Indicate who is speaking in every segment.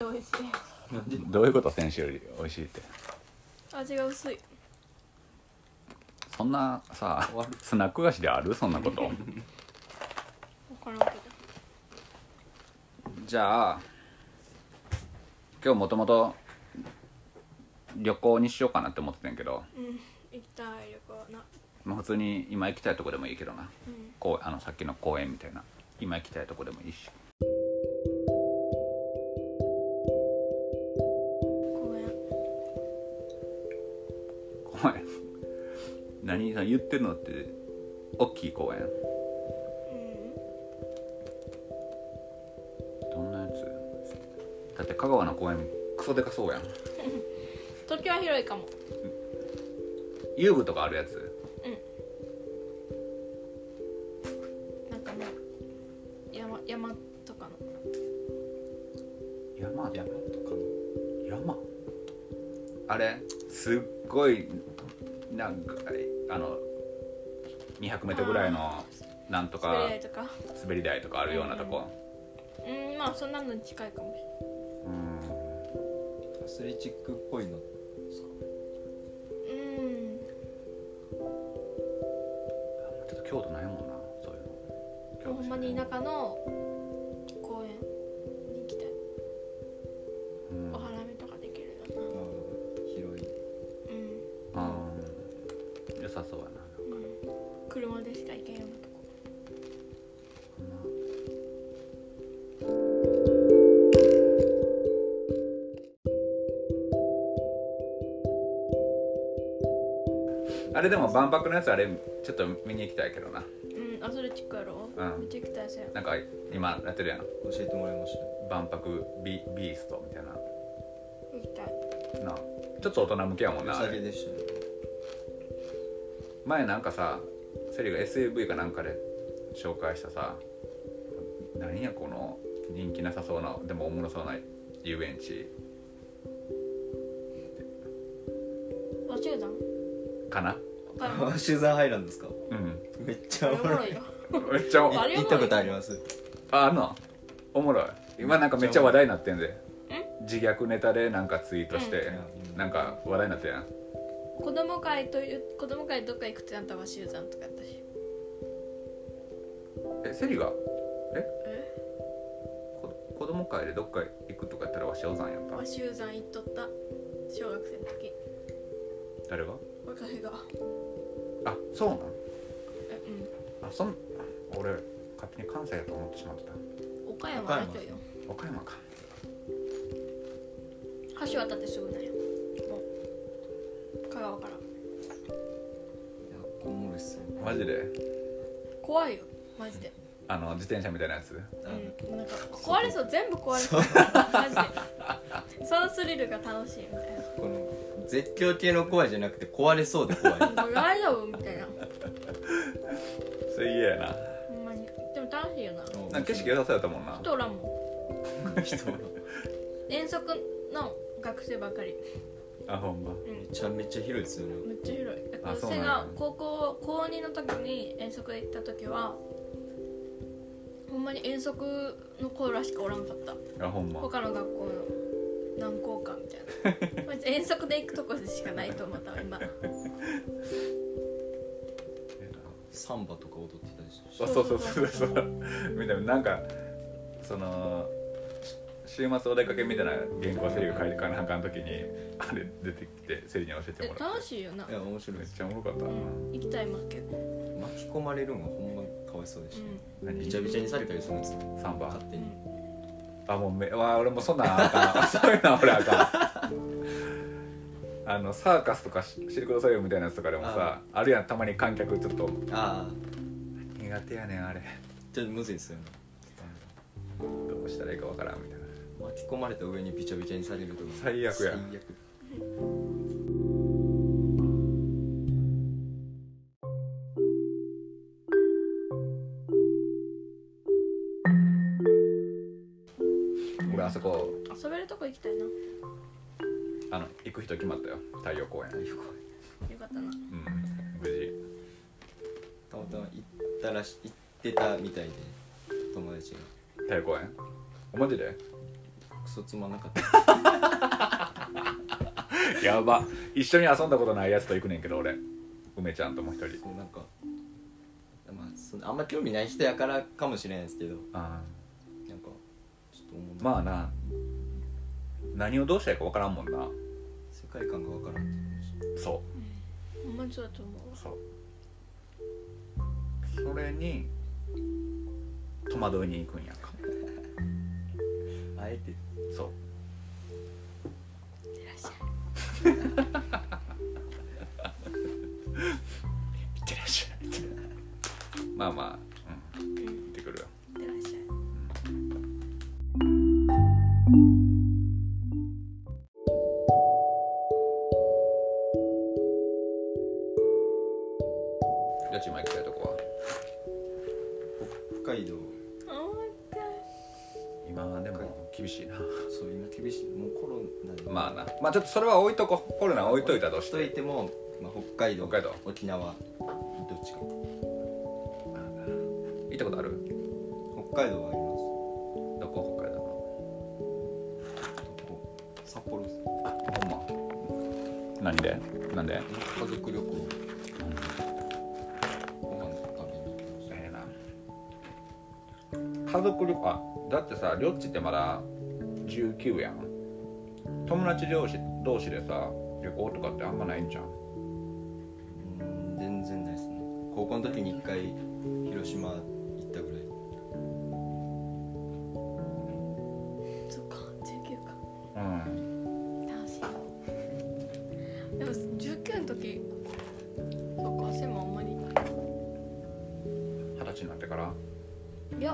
Speaker 1: 美味しい
Speaker 2: なんで
Speaker 3: どういうこと選手より美味しいって
Speaker 1: 味が薄い
Speaker 3: そんなさ
Speaker 2: 終わる
Speaker 3: スナック菓子であるそんなこと
Speaker 1: 分からんけど
Speaker 3: じゃあ今日もともと旅行にしようかなって思ってたんやけど、
Speaker 1: うん行きたい旅行な
Speaker 3: まあ、普通に今行きたいとこでもいいけどな
Speaker 1: うん
Speaker 3: こうあのさっきの公園みたいな今行きたいとこでもいいし
Speaker 1: 公園
Speaker 3: 公園 何さ言ってるのって大きい公園
Speaker 1: う
Speaker 3: どんなやつだって香川の公園クソでかそうやん
Speaker 1: ん時は広いかも
Speaker 3: 遊具とかあるやつ
Speaker 1: なんかもう山山とかの
Speaker 3: 山
Speaker 2: 山とか
Speaker 3: 山あれすっごいなんかあの 200m ぐらいのなんと
Speaker 1: 滑
Speaker 3: か
Speaker 1: り台とか
Speaker 3: 滑り台とかあるようなとこ
Speaker 1: うんまあそんなのに近いかもしれない
Speaker 3: うん
Speaker 2: アスレチックっぽいのですか
Speaker 1: うん
Speaker 3: ちょっと京都ないもんなそういう
Speaker 1: も
Speaker 3: の
Speaker 1: うほんまに田舎の公園に行きたい
Speaker 3: うん
Speaker 1: お花見とかできるよな
Speaker 2: あー広い
Speaker 1: うん
Speaker 3: うん良さそうやな
Speaker 1: うん車でしか行けんようなとこ
Speaker 3: あれでも万博のやつあれちょっと見に行きたいけどな
Speaker 1: うんアスレチックやろ
Speaker 3: うん
Speaker 1: めっちゃ行きたいせや
Speaker 3: なんか今やってるやん
Speaker 2: 教えてもらいました
Speaker 3: 万博ビビーストみたいな
Speaker 1: 行きたい
Speaker 3: なちょっと大人向けやもん
Speaker 2: 良
Speaker 3: なあ
Speaker 2: さ
Speaker 3: れ
Speaker 2: げでしたね
Speaker 3: 前なんかさセリが SUV かなんかで紹介したさ何やこの人気なさそうなでもおもろそうな遊園地
Speaker 1: 和集団
Speaker 3: かな
Speaker 1: 岡山
Speaker 2: あシューザーハイランドですか
Speaker 3: うん
Speaker 2: めっち
Speaker 1: あ
Speaker 2: ゃ
Speaker 1: れ
Speaker 2: お
Speaker 1: お
Speaker 2: も
Speaker 1: も
Speaker 2: ろ
Speaker 1: ろ
Speaker 2: い
Speaker 1: いよ
Speaker 3: めっちゃおもろい
Speaker 1: あれおもろい
Speaker 2: 行ったことあります
Speaker 3: ああんのおもろい今なんかめっちゃ話題になってんで自虐ネタでなんかツイートして
Speaker 2: うん
Speaker 3: なんか話題になってやん
Speaker 1: 子供会という子供会どっか行くってなったら和集団とかやったし
Speaker 3: えセリが
Speaker 1: え
Speaker 3: こ子供会でどっか行くとかやったらわしおざんやった
Speaker 1: 和集山行っとった小学生の時
Speaker 3: 誰が
Speaker 1: 私が
Speaker 3: あそうなん
Speaker 1: え
Speaker 3: あそん俺勝手に関西だと思ってしまってた
Speaker 1: うん岡山だけよ
Speaker 3: 岡山か
Speaker 1: 橋渡ってすぐなんやもう香川から
Speaker 2: いやおもろいっすよ
Speaker 3: マジで
Speaker 1: 怖いよマジで
Speaker 3: あの自転車みたいなやつ
Speaker 2: あ
Speaker 1: うんもうなんか壊れそう全部壊れそうマジでそのスリルが楽しいみたいな
Speaker 2: この絶叫系の怖いじゃなくて壊れそうで怖い
Speaker 1: もう大丈夫みたいな
Speaker 3: それ嫌やな
Speaker 1: ほんまにでも楽しいよな
Speaker 3: なんか景色良さそうやったもんな
Speaker 1: 人おらんも
Speaker 2: 人も
Speaker 1: ん遠足の学生ばっかり
Speaker 3: あほんま
Speaker 2: めちゃめちゃ広いですよね
Speaker 1: めっちゃ広いだから
Speaker 3: あそう
Speaker 1: せ
Speaker 3: なんや
Speaker 1: が高校高2の時に遠足行った時はほんまに遠足の子らしかおらんかった
Speaker 3: あほんま
Speaker 1: 他の学校の何校かみたいな まあ遠足で行くとこしかないと思ったわ今
Speaker 2: サンバとか踊ってたりして
Speaker 3: あそうそうそうそうみたいななんかそのし週末お出かけみたいな原稿セリフ書いてかなんかの時にあれ出てきてセリに教えて
Speaker 1: え
Speaker 3: もらっ
Speaker 1: 楽しいよない
Speaker 2: や面
Speaker 3: た
Speaker 2: 白い
Speaker 3: め
Speaker 2: で
Speaker 3: っ
Speaker 2: す
Speaker 3: ちゃおもろかったな、
Speaker 1: うん行きたいまあ結構
Speaker 2: 巻き込まれるんはほんまかわいそうでしたねびちゃびちゃにされたりするんですよ
Speaker 3: サンバ
Speaker 2: 勝手に
Speaker 3: あもうめわあ俺もうそんなんあかん そういうのは俺あかんあのサーカスとかシシルク・ド・ソレイユみたいなやつとかでもさあるやんたまに観客ちょっと
Speaker 2: ああ
Speaker 3: 苦手やねんあれ
Speaker 2: ちょっとむずいですよね
Speaker 3: どうしたらいいかわからんみたいな
Speaker 2: 巻き込まれた上にびちゃびちゃにされるとか
Speaker 3: 最悪や
Speaker 2: 最悪
Speaker 3: 俺あそこ
Speaker 1: うん遊べるとこ行きたいなよ
Speaker 3: あの行く人決まったよ太陽公園
Speaker 2: 最悪
Speaker 1: かったな
Speaker 3: うん無事
Speaker 2: たまたま行ったらし行ってたみたいで友達が
Speaker 3: 太陽公園マジで
Speaker 2: クソつまんなかった
Speaker 3: やば一緒に遊んだことないやつと行くねんけど俺梅ちゃんともう一人
Speaker 2: そうなんか、まあ、そのあんま興味ない人やからかもしれないですけど
Speaker 3: あ
Speaker 2: なんかちょっと思う
Speaker 3: ーまあな何をどうしたらいいか分からんもんな
Speaker 2: 世界観がわからんっていう話
Speaker 3: そ
Speaker 1: ほんまにそうだと思
Speaker 3: うそうそれに戸惑いに行くんやんか
Speaker 2: あえて
Speaker 3: そう
Speaker 1: ういらっしゃい
Speaker 3: いってらっしゃい まあまあ、うん、
Speaker 1: うん
Speaker 3: 行ってくるよ
Speaker 1: いってらっしゃい
Speaker 3: じゃあチーマ行きたいとこは
Speaker 2: 北海道
Speaker 1: あおった
Speaker 3: 今はでも厳しいな
Speaker 2: そう今厳しいもうコロナで
Speaker 3: まあなまあちょっとそれは置いとこうコロナは置いといたとし
Speaker 2: とい
Speaker 3: て
Speaker 2: ても、まあ、北海道
Speaker 3: 北海道
Speaker 2: 沖縄どっちか
Speaker 3: 行ったことある
Speaker 2: 北海道はあります
Speaker 3: どこ北海道
Speaker 2: どこ札幌です
Speaker 3: のほんま何でなんで
Speaker 2: 家族旅行ご飯食べに行きました
Speaker 3: ええな家族旅行あだってさりょっちってまだ19やん友達同士同士でさ旅行とかってあんまないんじゃん
Speaker 2: うん全然ないですね高校の時に一回広島行ったぐらい
Speaker 1: そっか19か
Speaker 3: うん
Speaker 1: 楽しいでも19の時そっか汗もあんまり
Speaker 3: 二十歳になってから
Speaker 1: いや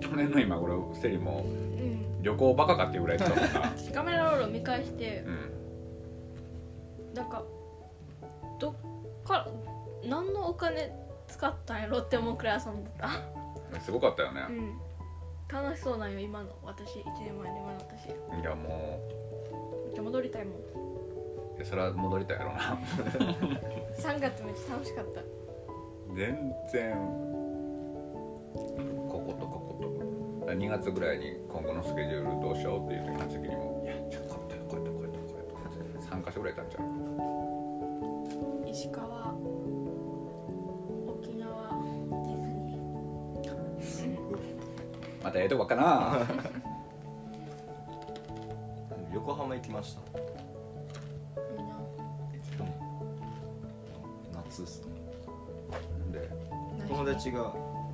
Speaker 3: 去年の今頃セリ
Speaker 1: う
Speaker 3: も
Speaker 1: ん
Speaker 3: 旅行バカかっていうぐらいだったもん な
Speaker 1: カメラロールを見返して
Speaker 3: うん
Speaker 1: なんかどっから何のお金使ったんやろって思うくらい遊んでた
Speaker 3: すごかったよね
Speaker 1: う、ん楽しそうなんよ今の私1年前の今の私め
Speaker 3: いやも
Speaker 1: っちゃ戻りたいもん
Speaker 3: ういやそれは戻りたいやろう な
Speaker 1: 3月めっちゃ楽しかった
Speaker 3: 全然こことここと2月ぐらいに今後のスケジュールどうしようっていう時の時にも「いやちょっとこうやってこうやってこうやってこうやって」3か所ぐらいいたんちゃう
Speaker 1: 石川沖縄ディズニー
Speaker 3: またええとこか な
Speaker 2: 横浜行きました
Speaker 1: いいな
Speaker 2: 夏ですね
Speaker 3: で
Speaker 1: 何
Speaker 2: 友達が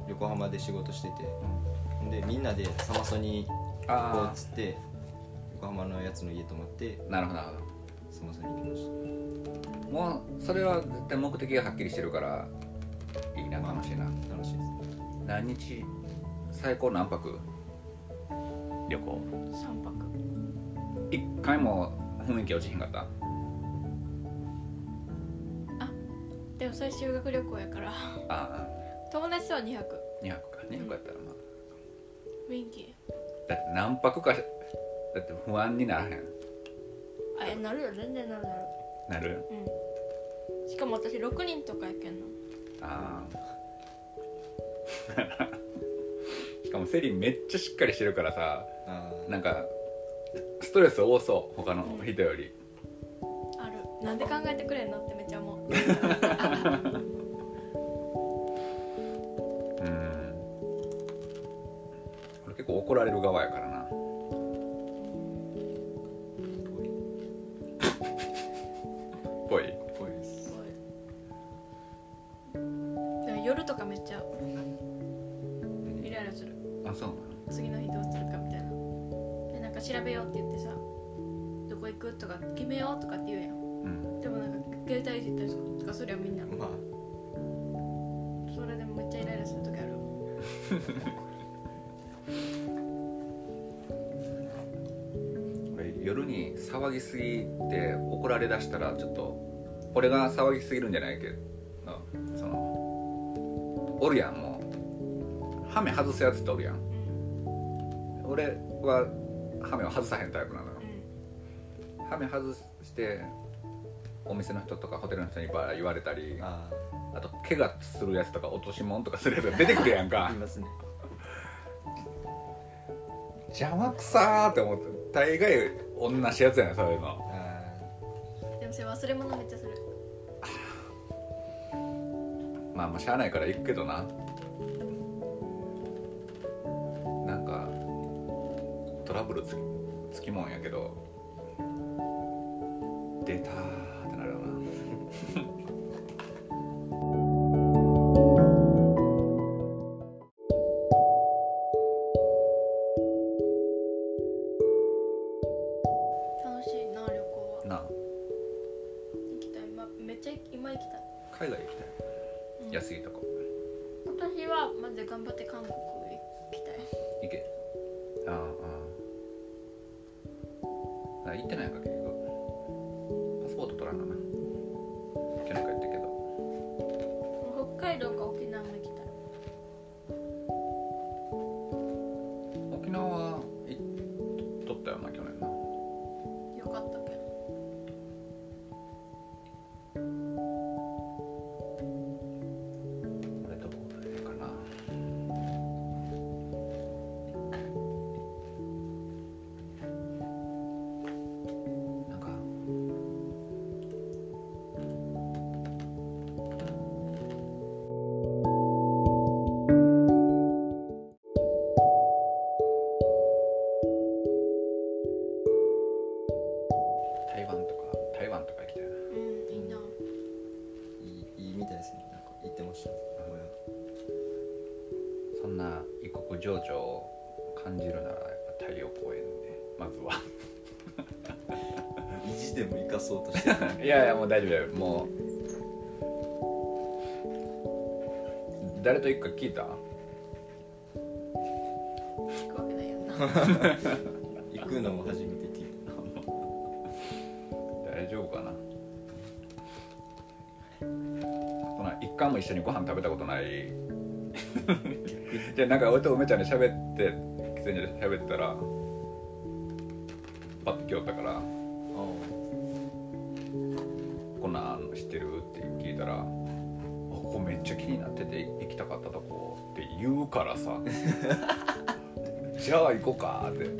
Speaker 2: 横浜で仕事しててでみんなでサマソニ行こう
Speaker 3: あ
Speaker 2: っつって横浜のやつの家泊まって
Speaker 3: あなるほどなるほ
Speaker 2: サマソニ行きました
Speaker 3: どもうそれは絶対目的がはっきりしてるからいいな楽しいな
Speaker 2: 楽しいです
Speaker 3: 何日最高何泊旅行
Speaker 1: 3泊
Speaker 3: 一回も雰囲気落ちひんかった
Speaker 1: でもそれ修学旅行やから
Speaker 3: ああ
Speaker 1: 友達とは2泊
Speaker 3: 2泊か2泊やったらまあ
Speaker 1: 雰囲気
Speaker 3: だって何泊かしだって不安にならへ
Speaker 1: あ
Speaker 3: ん
Speaker 1: えなるよ全然なるなる
Speaker 3: なる
Speaker 1: うんしかも私6人とかやけんの
Speaker 3: ああ しかもセリめっちゃしっかりしてるからさ
Speaker 2: あー
Speaker 3: なんかストレス多そう他の人より、
Speaker 1: あるなんで考えてくれんのってめっちゃ 思う
Speaker 3: うん、俺結構怒られる側やからな
Speaker 2: ぽ
Speaker 3: ぽい
Speaker 2: いぽいです
Speaker 1: でも夜とかめっちゃイライラする
Speaker 3: あそうなの
Speaker 1: 次の日どうするかみたいなでなんか調べようって言ってさどこ行くとか決めようとかって言うやん
Speaker 3: うん
Speaker 1: でもなんか携帯いじったりとかするやんみんな
Speaker 2: まあ
Speaker 1: それでもめっちゃイライラする時ある
Speaker 3: 俺夜に騒ぎすぎて怒られだしたらちょっと俺が騒ぎすぎるんじゃないけどうんそのおるやんもうハメ外すやつっておるやん
Speaker 1: うん
Speaker 3: 俺はハメを外さへんタイプなのよ
Speaker 1: うん
Speaker 3: ハメ外してお店の人とかホテルの人にバー言われたりあ
Speaker 2: あ
Speaker 3: と怪我するやつとか落とし物とかするやつが出てくるやん
Speaker 2: あ
Speaker 3: か
Speaker 2: いますね
Speaker 3: 邪魔くさーって思って大概同じやつやねんそういうの
Speaker 2: あ
Speaker 1: でもそれ忘れ物めっちゃする
Speaker 3: まあまあしゃあないから行くけどななんかトラブルつきつきもんやけど出たーってなるよな
Speaker 1: 楽しいな旅行は
Speaker 3: なあ
Speaker 1: 行きたい、ま、めっちゃ今行きたい、
Speaker 3: 海外行きたい
Speaker 1: うん、
Speaker 3: 安いとこ
Speaker 1: 今年はまず頑張って韓国行きたい
Speaker 3: 行けあああああ行ってないか結局パスポート取らんのな去年から言ってるけど
Speaker 1: 北海道か沖縄も行きたい
Speaker 3: 沖縄行っとったよな去年な
Speaker 1: よかったけど
Speaker 3: 俺とこかななんか台湾とか台湾とか行きたいな
Speaker 1: うんいいな
Speaker 2: ーいいいいみたいですねなんか言ってましたね親
Speaker 3: そんな異国情緒を感じるならやっぱ太陽公園でまずは
Speaker 2: 意地でも生かそうとしてる
Speaker 3: いやいやもう大丈夫だよもう誰と行くか聞いた
Speaker 1: 行くわけないやんなうん
Speaker 2: 行くのも初めて聞いた
Speaker 3: 大丈夫かなほな一回も一緒にご飯食べたことない じゃあなんか俺と梅ちゃんで喋って喫煙所で喋ってたらパッと来よったからこんなん知ってるって聞いたらあ「ここめっちゃ気になってて行きたかったとこ」って言うからさ「じゃあ行こうか」ってな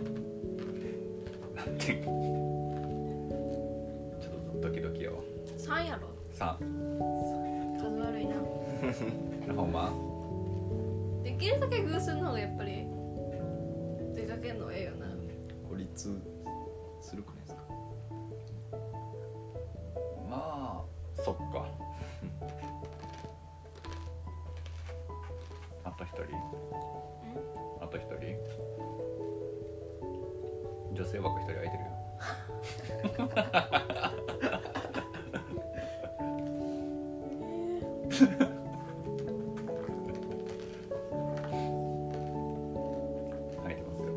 Speaker 3: んてちょっとドキドキよ
Speaker 1: 三やろ
Speaker 3: さ
Speaker 1: 数悪いな
Speaker 3: あほんま
Speaker 1: できるだけ偶数の方がやっぱり出かけるのええよな
Speaker 2: 孤立するくないですか
Speaker 3: まあそっか あと一人あと一人女性枠一人空いてるよ 空いてますよ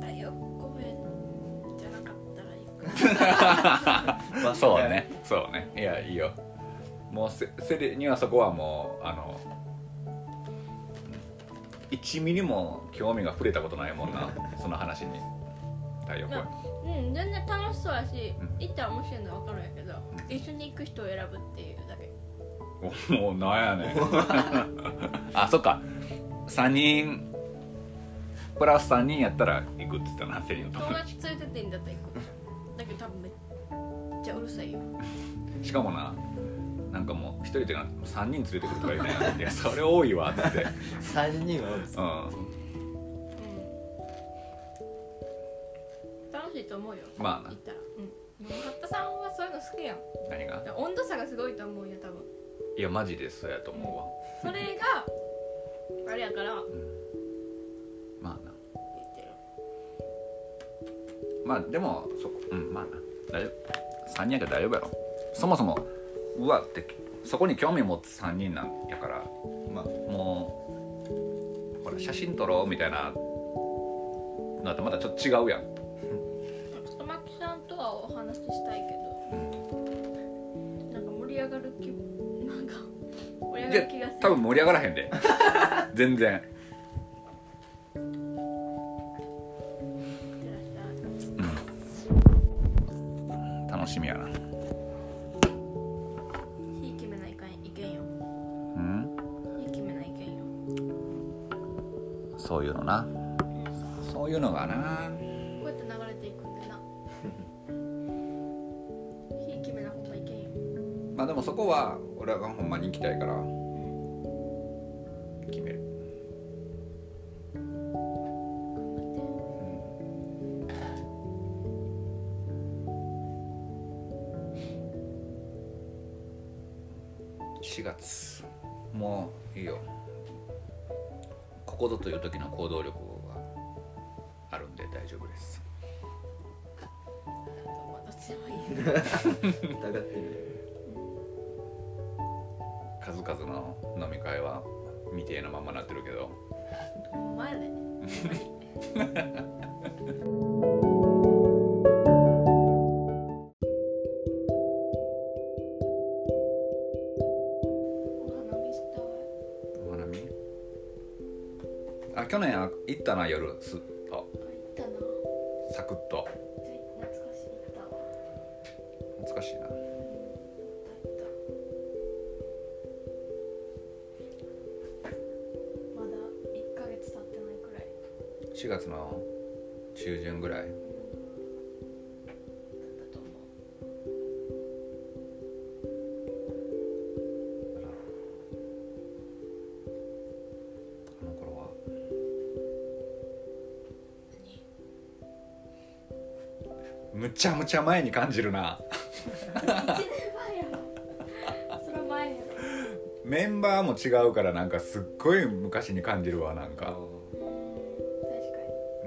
Speaker 1: 太陽公園じゃなかったらいいか
Speaker 2: 場所
Speaker 3: そ
Speaker 2: が
Speaker 3: う ねそうねいやいいよもうせセリにはそこはもうあの1ミリも興味が触れたことないもん なその話に太陽公園
Speaker 1: うん全然楽しそうやし、
Speaker 3: うん
Speaker 1: 行ったら面白いのは分かるんやけど、
Speaker 3: ん
Speaker 1: 一緒に行く人を選ぶっていうだけ
Speaker 3: おもうなんやねん あそっか3人プラス3人やったら行くっつったなセリの友
Speaker 1: 友
Speaker 3: 達
Speaker 1: 達連れてっていいんだったら行くだけど多分めっちゃうるさいよ
Speaker 3: しかもななんかもう1人で3人連れてくるとか言うねんいやそれ多いわっつ って
Speaker 2: 3人は多いです
Speaker 3: うん
Speaker 1: うん楽しいと思うよ
Speaker 3: まあな
Speaker 1: 行ったらうんでも八田さんはそういうの好きやん
Speaker 3: 何が
Speaker 1: だから温度差がすごいと思うよ多分
Speaker 3: いやマジでそうやと思うわ
Speaker 1: それがあれやから言っ
Speaker 3: うんまあな
Speaker 1: てる
Speaker 3: まあでもそこうんまあな大丈夫3人やけど大丈夫やろそもそもうわってそこに興味持つ3人なんやから
Speaker 2: まあ
Speaker 3: もうほら写真撮ろうみたいなのとまたちょっと違うやん
Speaker 1: 小牧さんとはお話ししたいけどなんか盛り上がる気なんか盛り上が
Speaker 3: で
Speaker 1: る気がする
Speaker 3: 多分盛り上がらへん で全然
Speaker 1: いってらっしゃい
Speaker 3: 楽しみやな
Speaker 1: 日決めないかんいけんよ
Speaker 3: そういうのなそういうのがな
Speaker 1: こうやって流れていくんでな火決めなほんまいけんよ
Speaker 3: まあでもそこは俺がほんまに行きたいから決める4月もういいよここぞという時の行動力があるんで大丈夫です
Speaker 1: まだ強いよ
Speaker 2: 疑って る
Speaker 3: 数々の飲み会は未定のままなってるけど
Speaker 1: ほんまやでほんまにお花見したわ
Speaker 3: お花見あ去年あ行ったな夜すっと
Speaker 1: あ行ったな
Speaker 3: サクッと
Speaker 1: つい懐かしい行ったわ
Speaker 3: 懐かしいな
Speaker 1: 行った行ったまだ1ヶ月経ってないくらい
Speaker 3: 4月の中旬ぐらい
Speaker 1: だったと思う
Speaker 3: あの頃はむちゃむちゃ前に感じるな
Speaker 1: 一年前やろ その前やろ
Speaker 3: メンバーも違うからなんかすっごい昔に感じるわなん
Speaker 2: あ
Speaker 1: う
Speaker 3: か、
Speaker 1: ーん確かに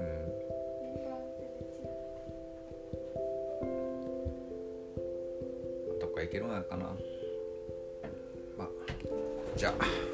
Speaker 3: うん、
Speaker 1: メンバー全然違う
Speaker 3: どっか行けるんやかなまあじゃあ